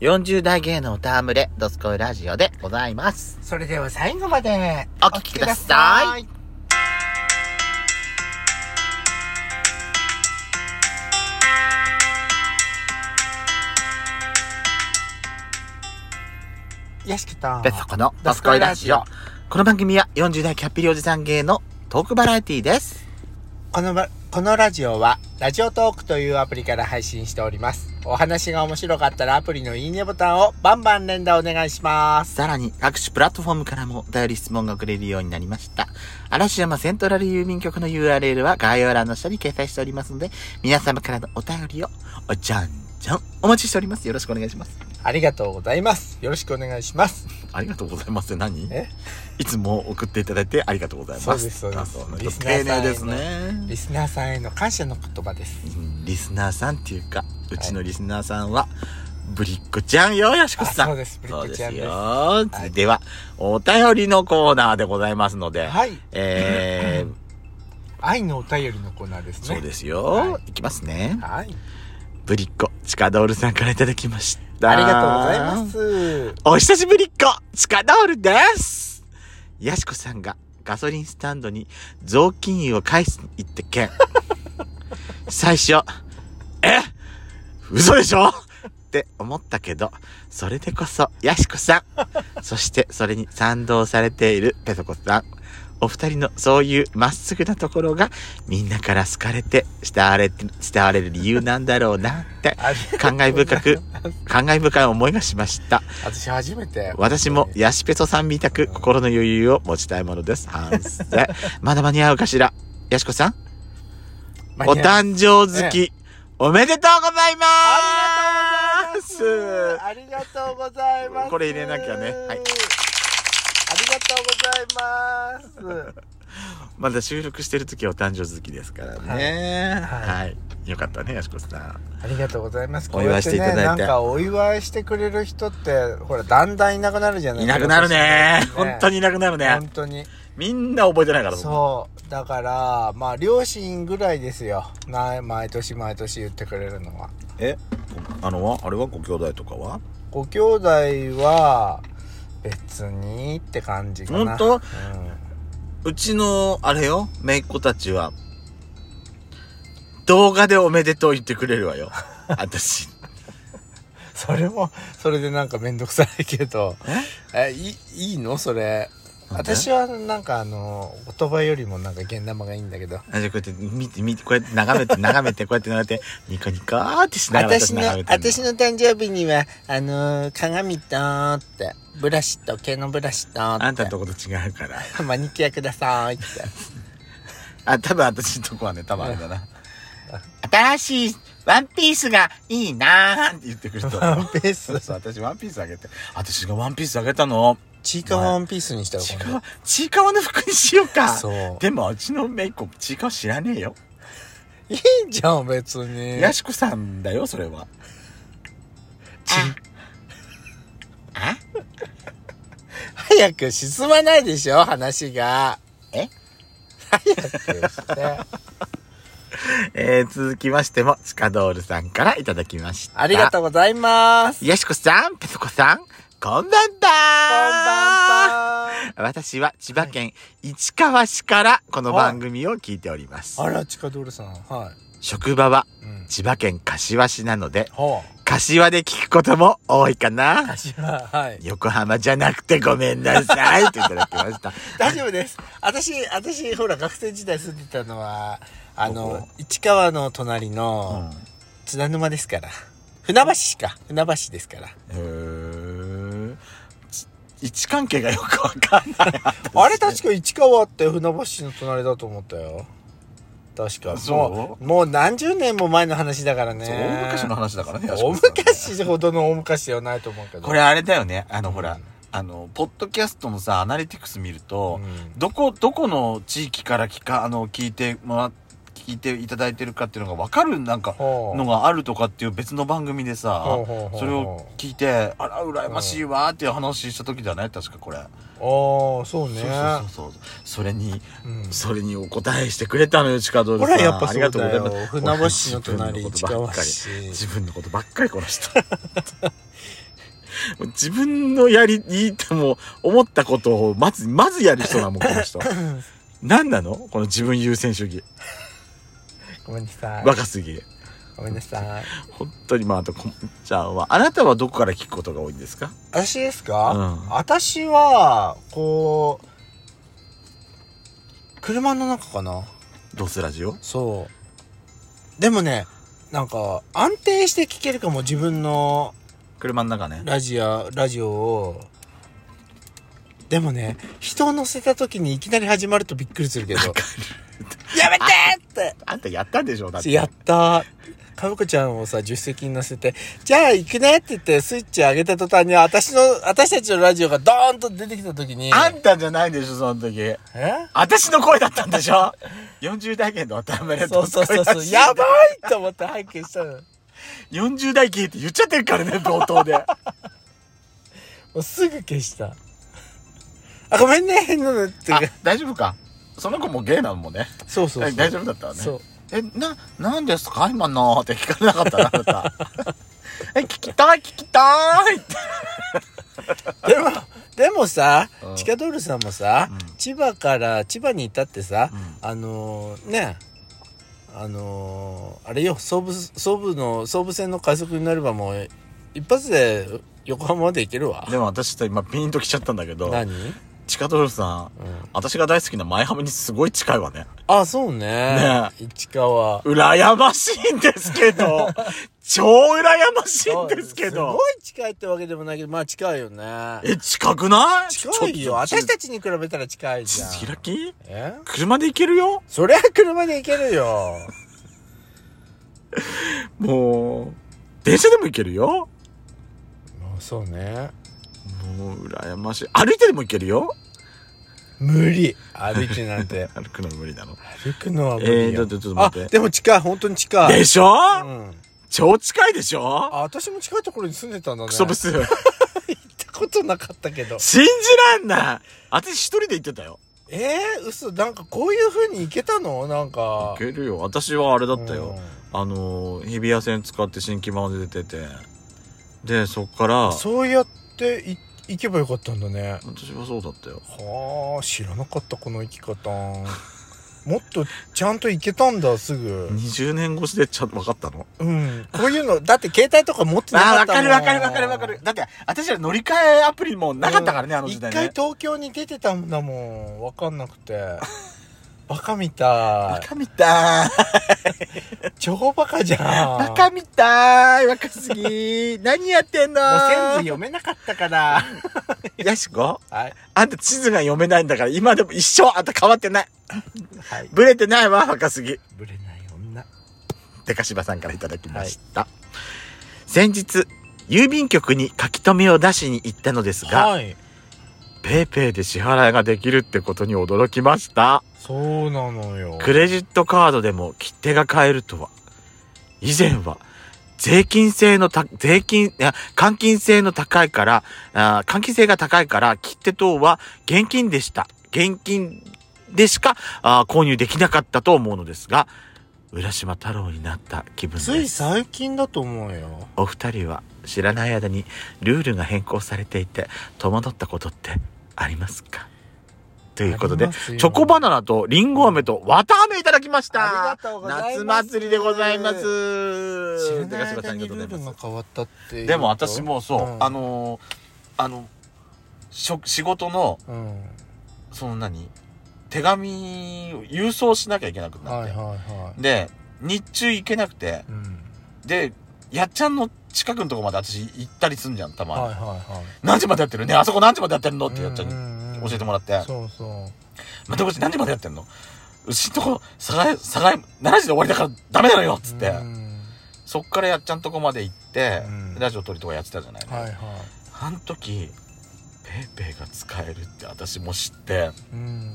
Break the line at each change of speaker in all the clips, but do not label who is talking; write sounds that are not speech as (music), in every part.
40代芸能タームレ、ドスコイラジオでございます。
それでは最後まで
お聞きください。
い。よしきと。
ベソコのドスコイラジオ。この番組は40代キャッピリおじさん芸のトークバラエティです。
このば、このラジオは、ラジオトークというアプリから配信しております。お話が面白かったらアプリのいいねボタンをバンバン連打お願いします。
さらに各種プラットフォームからもお便り質問が送れるようになりました。嵐山セントラル郵便局の URL は概要欄の下に掲載しておりますので、皆様からのお便りをおじゃんじゃんお待ちしております。よろしくお願いします。
ありがとうございます。よろしくお願いします。
ありがとうございます。何
え
いつも送っていただいてありがとうございます。
そうですそうです
あの
リスナー
丁
さんへの
寧ですね。
リスナーさんへの感謝の言葉です。
うんリスナーさんっていうか、うちのリスナーさんは、ぶりっこちゃんよ、やしこ
あ
さん。
そうです、ブリ
そう
ック
で
ちゃ
す
ん
よ。
です。は
はいでは、お便りのコーナーでございますので、
い。
えー、
愛のお便りのコーナーですね。
そうですよ。、
はい
きますね。
はい。
ぶりっこ、ちかどーるさんからいただきました。
ありがとうございま。す。
お久しぶりっこ、チカドールですやしこさんがガソリンスタンドに雑巾を返すに行ってけん。最初、え嘘でしょって思ったけど、それでこそ、やしこさん。そして、それに賛同されているペソコさん。お二人のそういうまっすぐなところが、みんなから好かれて、慕われて、慕われる理由なんだろうな
(laughs)
って、
ありがとう
感慨深く、感慨深い思いがしました。
私初めて。
私もヤシペソさんみたく心の余裕を持ちたいものです。反省。
(laughs)
まだ間に合うかしら。ヤシコさん、
間
お
に合う
誕生月、おめでとうございま
ありがとうございますす。ありがとうございま
(laughs)
す。
これ入れなきゃねはい
ありがとうございます。
まだ収録してる時はお誕生月ですからね。は。
はい
よかったね、ヤシコさん。
ありがとうございます。
お祝いしていただいて
こうやっねなんかお祝いしてくれる人って、ほら、だんだんいなくなるじゃない
いなくなるね。本当
に
にいなくなるね
本。当に。
みんな覚えてないから。
そう。だから、まあ、両親ぐらいですよ。な毎年毎年言ってくれるのは。
えあの、あれはご兄弟とかは
ご兄弟は、別にって感じか
本
な。
当
うん
うちの、あれよ、めいっ子たちは、動画でおめでとう言ってくれるわよ。 (laughs) 私。
それも、それでなんかめんどくさいけど。え、いい、いいのそれ。
なんで
私はなんかあの、言葉よりもなんか現玉がいいんだけど。
あじゃあこうやって見て、見て、こうやって眺めて、眺めて、こうやって眺めて、ニコニコーってしながら
私の、
眺めてん
私の誕生日には、あのー鏡とーって、ブラシと、毛のブラシとーって。
あんたのとこと違うから。
マニキュアくださいって。
あ、多分私のとこはね、多分あれ (laughs) だな。新しいワンピースがいいなーって言ってくると。
ワンピー
そう
ス。
そう、私ワンピースあげて。私がワンピースあげたの。
チーカワンピースにしたら
ちい
今
か
度
わ、ちいかわの服にしようか。
そう
でも、うちのめいっ子、ちいかわ知らねえよ。
いいじゃん、別に。
やしこさんだよそれ (laughs) は
ち
あ
早く進まないでしょ、話が。
え
早くして。
えー、続きましてもチカドールさんからいただきました
ありがとうございます。
うやしこさんペソコさんこんばんだこん
こんばんは。
私は千葉県市川市からこの番組を聞いております、
あら、チカドールさん。は。
職場はい
うん。
千葉県柏市なので
は
柏で聞くことも多いかな
私は、はい。
横浜じゃなくてごめんなさ (laughs) いといただきました
大丈夫です。私、私、ほら、学生時代住んでたのは、あ
どこ
の、市川の隣の
うん
津田沼ですから。船橋市か。船橋ですから。
へーち位置関係がよくわかんない。
あれ確か市川って船橋市の隣だと思ったよ。確か。
そ
もう、もう何十年も前の話だからね。
そう大昔の話だからね
大昔ほどの大昔ではないと思うけど。
これ、あれだよね。あの、ほ
う
ら
ん、
あの、ポッドキャストのさ、アナリティクス見る
う
と、
ん、
どこ、どこの地域から聞か、あの、聞いてもら、聞いていただいてるかっていうのがわかる、なんか、
ほう
のがあるとかっていう別の番組で
ほ
さ
うほうほうほ、う
それを聞いて、あら、羨ましいわーっていう話した時だね、確かこれ。
ああ、そうね。
そうそうそうそう。それに、
うん
それにお答えしてくれたのよ、近藤さん。
ほら、やっぱ
あ
そ
り
う
がとうご
だ
ざい
よ
ます。。
船橋市の隣、
自
市
分のことば
川
っかり
市。
(laughs) 自分のことばっかりこの人。自分のやり、いいってもう思ったことをまず、まずやる人なもん、この (laughs) 人。何なのこの自分優先主義。
ごめんなさい。
若すぎ。
ごめんなさい。
本当に、まあ、あと、こんちゃんは、あなたはどこから聞くことが多いんですか
私ですか、
うん
私は、こう、車の中かな
ロスラジオ
そう。でもね、なんか、安定して聞けるかも、自分の
車の中ね。
ラジオ、ラジオを。でもね、人を乗せた時にいきなり始まるとびっくりするけど。やめてって
あんたやったんでしょだって。
やった。かぶこちゃんをさ、助手席に乗せて、じゃあ行くねって言って、スイッチ上げた途端に、私の、私たちのラジオがドーンと出てきた時に、
あんたじゃないでしょ、その時。
え
私の声だったんでしょ (laughs) 40代芸の頭や
そうそうそうそう、やばいと思って拝見したの。も
40代芸って言っちゃってるからね冒頭で
うすぐ消した。あ、ごめんね、変なのって。
大丈夫かその子も芸なのもね
そうそうそう。
大丈夫だったわね
そう。
えな何ですか今のって聞かれなかったなあなた (laughs) え聞きたい聞きたいって
でも、でもさ
う、ん
チカドールさんもさ、
うん
千葉から、千葉に行ったってさ、
う
あのーね、あのーあれよ、総武、総武の、総武線の快速になればもう、一発で横浜まで行けるわ。
でも私と今ピンときちゃったんだけど
何、うん、
チカトルさん私が大好きな前ハムにすごい近いわね
あ、そうね。市 (laughs) 川。
羨ましいんですけ
(laughs)
ど超羨ましいんですけ
す
ど
ごい近いってわけでもないけど、まあ近いよね。
え近くない
近いよ。
ちょ
私
っと
たちに比べたら近いじゃん。
開き
え
車で行けるよ
そりゃ車で行けるよ。
もう電車でも行けるよ
もうそうね。
もう羨ましい歩いてでも行けるよ
無理。歩いてなんて。
歩くの無理なの
歩くのは無
えー、
理
ちょ
よ
っ。とちょっと
あ
待っ、て
でも近い。本当に近い。
でしょ、
うん。
超近いでしょ
あ、私も近いところに住んでたんだね。
クソブス
行ったことなかったけど。
信じらんない私一人で行ってたよ
えー、嘘。なんかこういう風に行けたのなん
行
か。
けるよ私はあれだった
う
よ
ん、。
あのー日比谷線使って新木場まで出ててでそっから私
そうやってい行けばよかったんだね。
はそうだったよ
はあ、知らなかった、この行き方。もっとちゃんと行けたんだ、すぐ。
20年越しでちゃんと分かったの
うん。こういうの、だって携帯とか持ってな
あ
か
あ、
っ
わ
た
か
も
る
ん
わかるわかるわかる。だって、私ら乗り換えアプリもなかったからね、あの時代
一回
ね。
東京に出てたんだもんわかんなくてバカみた
バカみたい。
い超バカじゃん
バカみたい。若す
(laughs)
ぎ。何やってんの
もう全部読めなかったから
やしこ
はい
あんた地図が読めないんだから、今でも一生あんた変わってない。
はい
ブレてないわ、若すぎ。
ぶれない女
でかしばさんからいただきました。先日、郵便局に書き留めを出しに行ったのですが、
はい
ペイペイで支払いができるってことに驚きました。
そうなのよ
クレジットカードでも切手が買えるとは。以前は、税金性のた、税金、いや、換金性の高いから、あー換金性が高いから、切手等は現金でした。現金でしかあー購入できなかったと思うのですが、浦島太郎になった気分
つ
で
い
す。
最近だと思うよ
お二人は知らない間にルールが変更されていて、戸惑ったことってありますかと
と
いうことで、チョコバナナとリンゴ飴と綿飴いただきました。
ありがとうございま
夏
す
祭りでございます。
知ら
で
な
か
い
しばさ
間
んありが
に
とう
ル
ご
ー
ざい
ル
ま
が
す
変わったっていう
でも私もそう、
うん
あのー、あの、職仕事の、
うん
その何手紙を郵送しなきゃいけなくなっ
はいはい
て。
はい
で、日中行けなくて、
うん
で、やっちゃんの近くのとこまで私行ったりすんじゃん、たまに。
はいはいはい
何時までやってるねあそこ何時までやってるのってやっちゃんに
に
教えても
ら
らって。
そうそう
窓口何時までやってんのうちんとこ、さがい、さがい、7時で終わりだからダメなのよっつって、
うん
そっからやっちゃんとこまで行って、
うん
ラジオ撮りとかやってたじゃないの、
はいはい
あの時、ペイペイが使えるって私も知って、
うん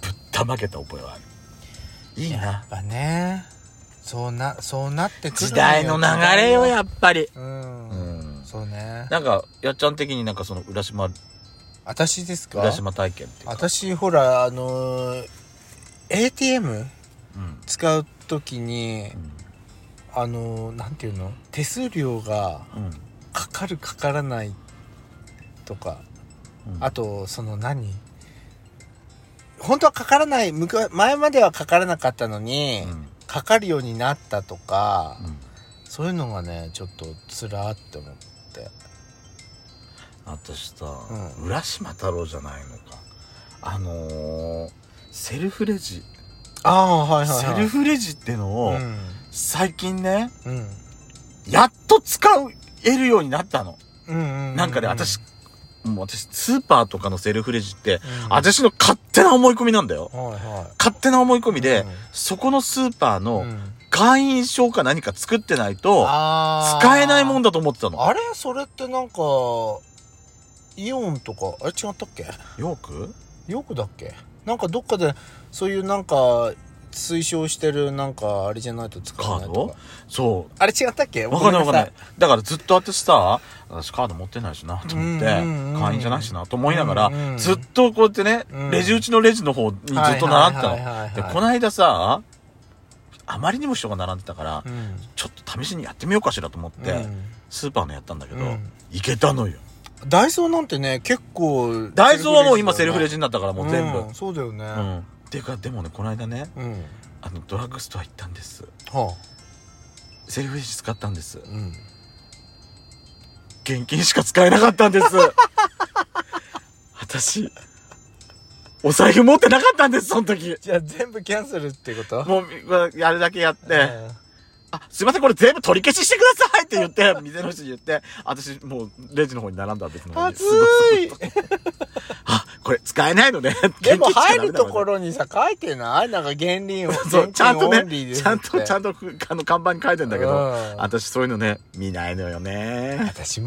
ぶったまけた覚えはある。いい
や
な
っ。ぱねそうなそうなってくる
時代の流れよ、やっぱり。
うん、
うん。
そうね
なんか、やっちゃん的になんかその、浦島、
私ですか
浦島体験っていうか。
私ほらあのー ATM
うん。
使う時に
うん
あのーなんていうの手数料が
うん。
かかるかからないとか
うん
あとその何本当はかからないむか前まではかからなかったのに、
うん
かかるようになったとか、
うん
そういうのがねちょっとつらーって思って
私さ、
うん
浦島太郎じゃないのかあのーセルフレジ、
ああは
セルフレジってのを、最近ね
うんうん
やっと使えるようになったの、
うんうんう
なんかね私、もう私スーパーとかのセルフレジって、
うん
私の勝手な思い込みなんだよ、
はいは
勝手な思い込みで、
うん
そこのスーパー
い、
の
うん
会員証か何か作ってないと
あー
使えないもんだと思ってたの
あれそれってなんかイオンとかあれ違ったっけ
よく
ヨークだっけなんかどっかでそういうなんか推奨してるなんかあれじゃないと使えない
カー
と
ド
か
そう
あれ違ったっけ
わかんないわかんない
ご。
だからずっと私さ、私カード持ってないしなと思って、
うんうんうん
会員じゃないしなと思いながら、
うんうんうん
ずっとこうやってね、
うん
レジ打ちのレジの方にずっ
めんなさい
と並んでた
はいはい
の。
はいはい
で、この間さ、あまりにも人が並んでたから、
うん
ちょっと試しにやってみようかしらと思って、
うん
スーパーのやったんだけど、
うん
いけたのよ。
ダイソーなんてね結構
ダイソーはもう今セルフレ
ジ
ジになったからもう全部。
うんそうだよね
うん。ていうか、でもね、この間ね、
うん、
あの、ドラッグストア行ったんです。
はあ
セルフレジ使ったんです。
うん
現金しか使えなかったんです。私、お財布持ってなかったんです、その時。
じゃあ全部キャンセルってこと
もう、あれだけやって、
うん
あ、すいません、これ全部取り消ししてくださいって言って、店の人に言って、私、もう、レジの方に並んだんですの方に
暑い
すごすごあ、これ使えないのね。
(laughs) でも入るとこ
ろ。
ろにさ書いてないなんか原理を
そう、ちゃんとね、ちゃんと、ちゃ
ん
んと、あの、看板に書いてんだけ
う
ど、
ん
私そういうのね、見ないのよね。
私も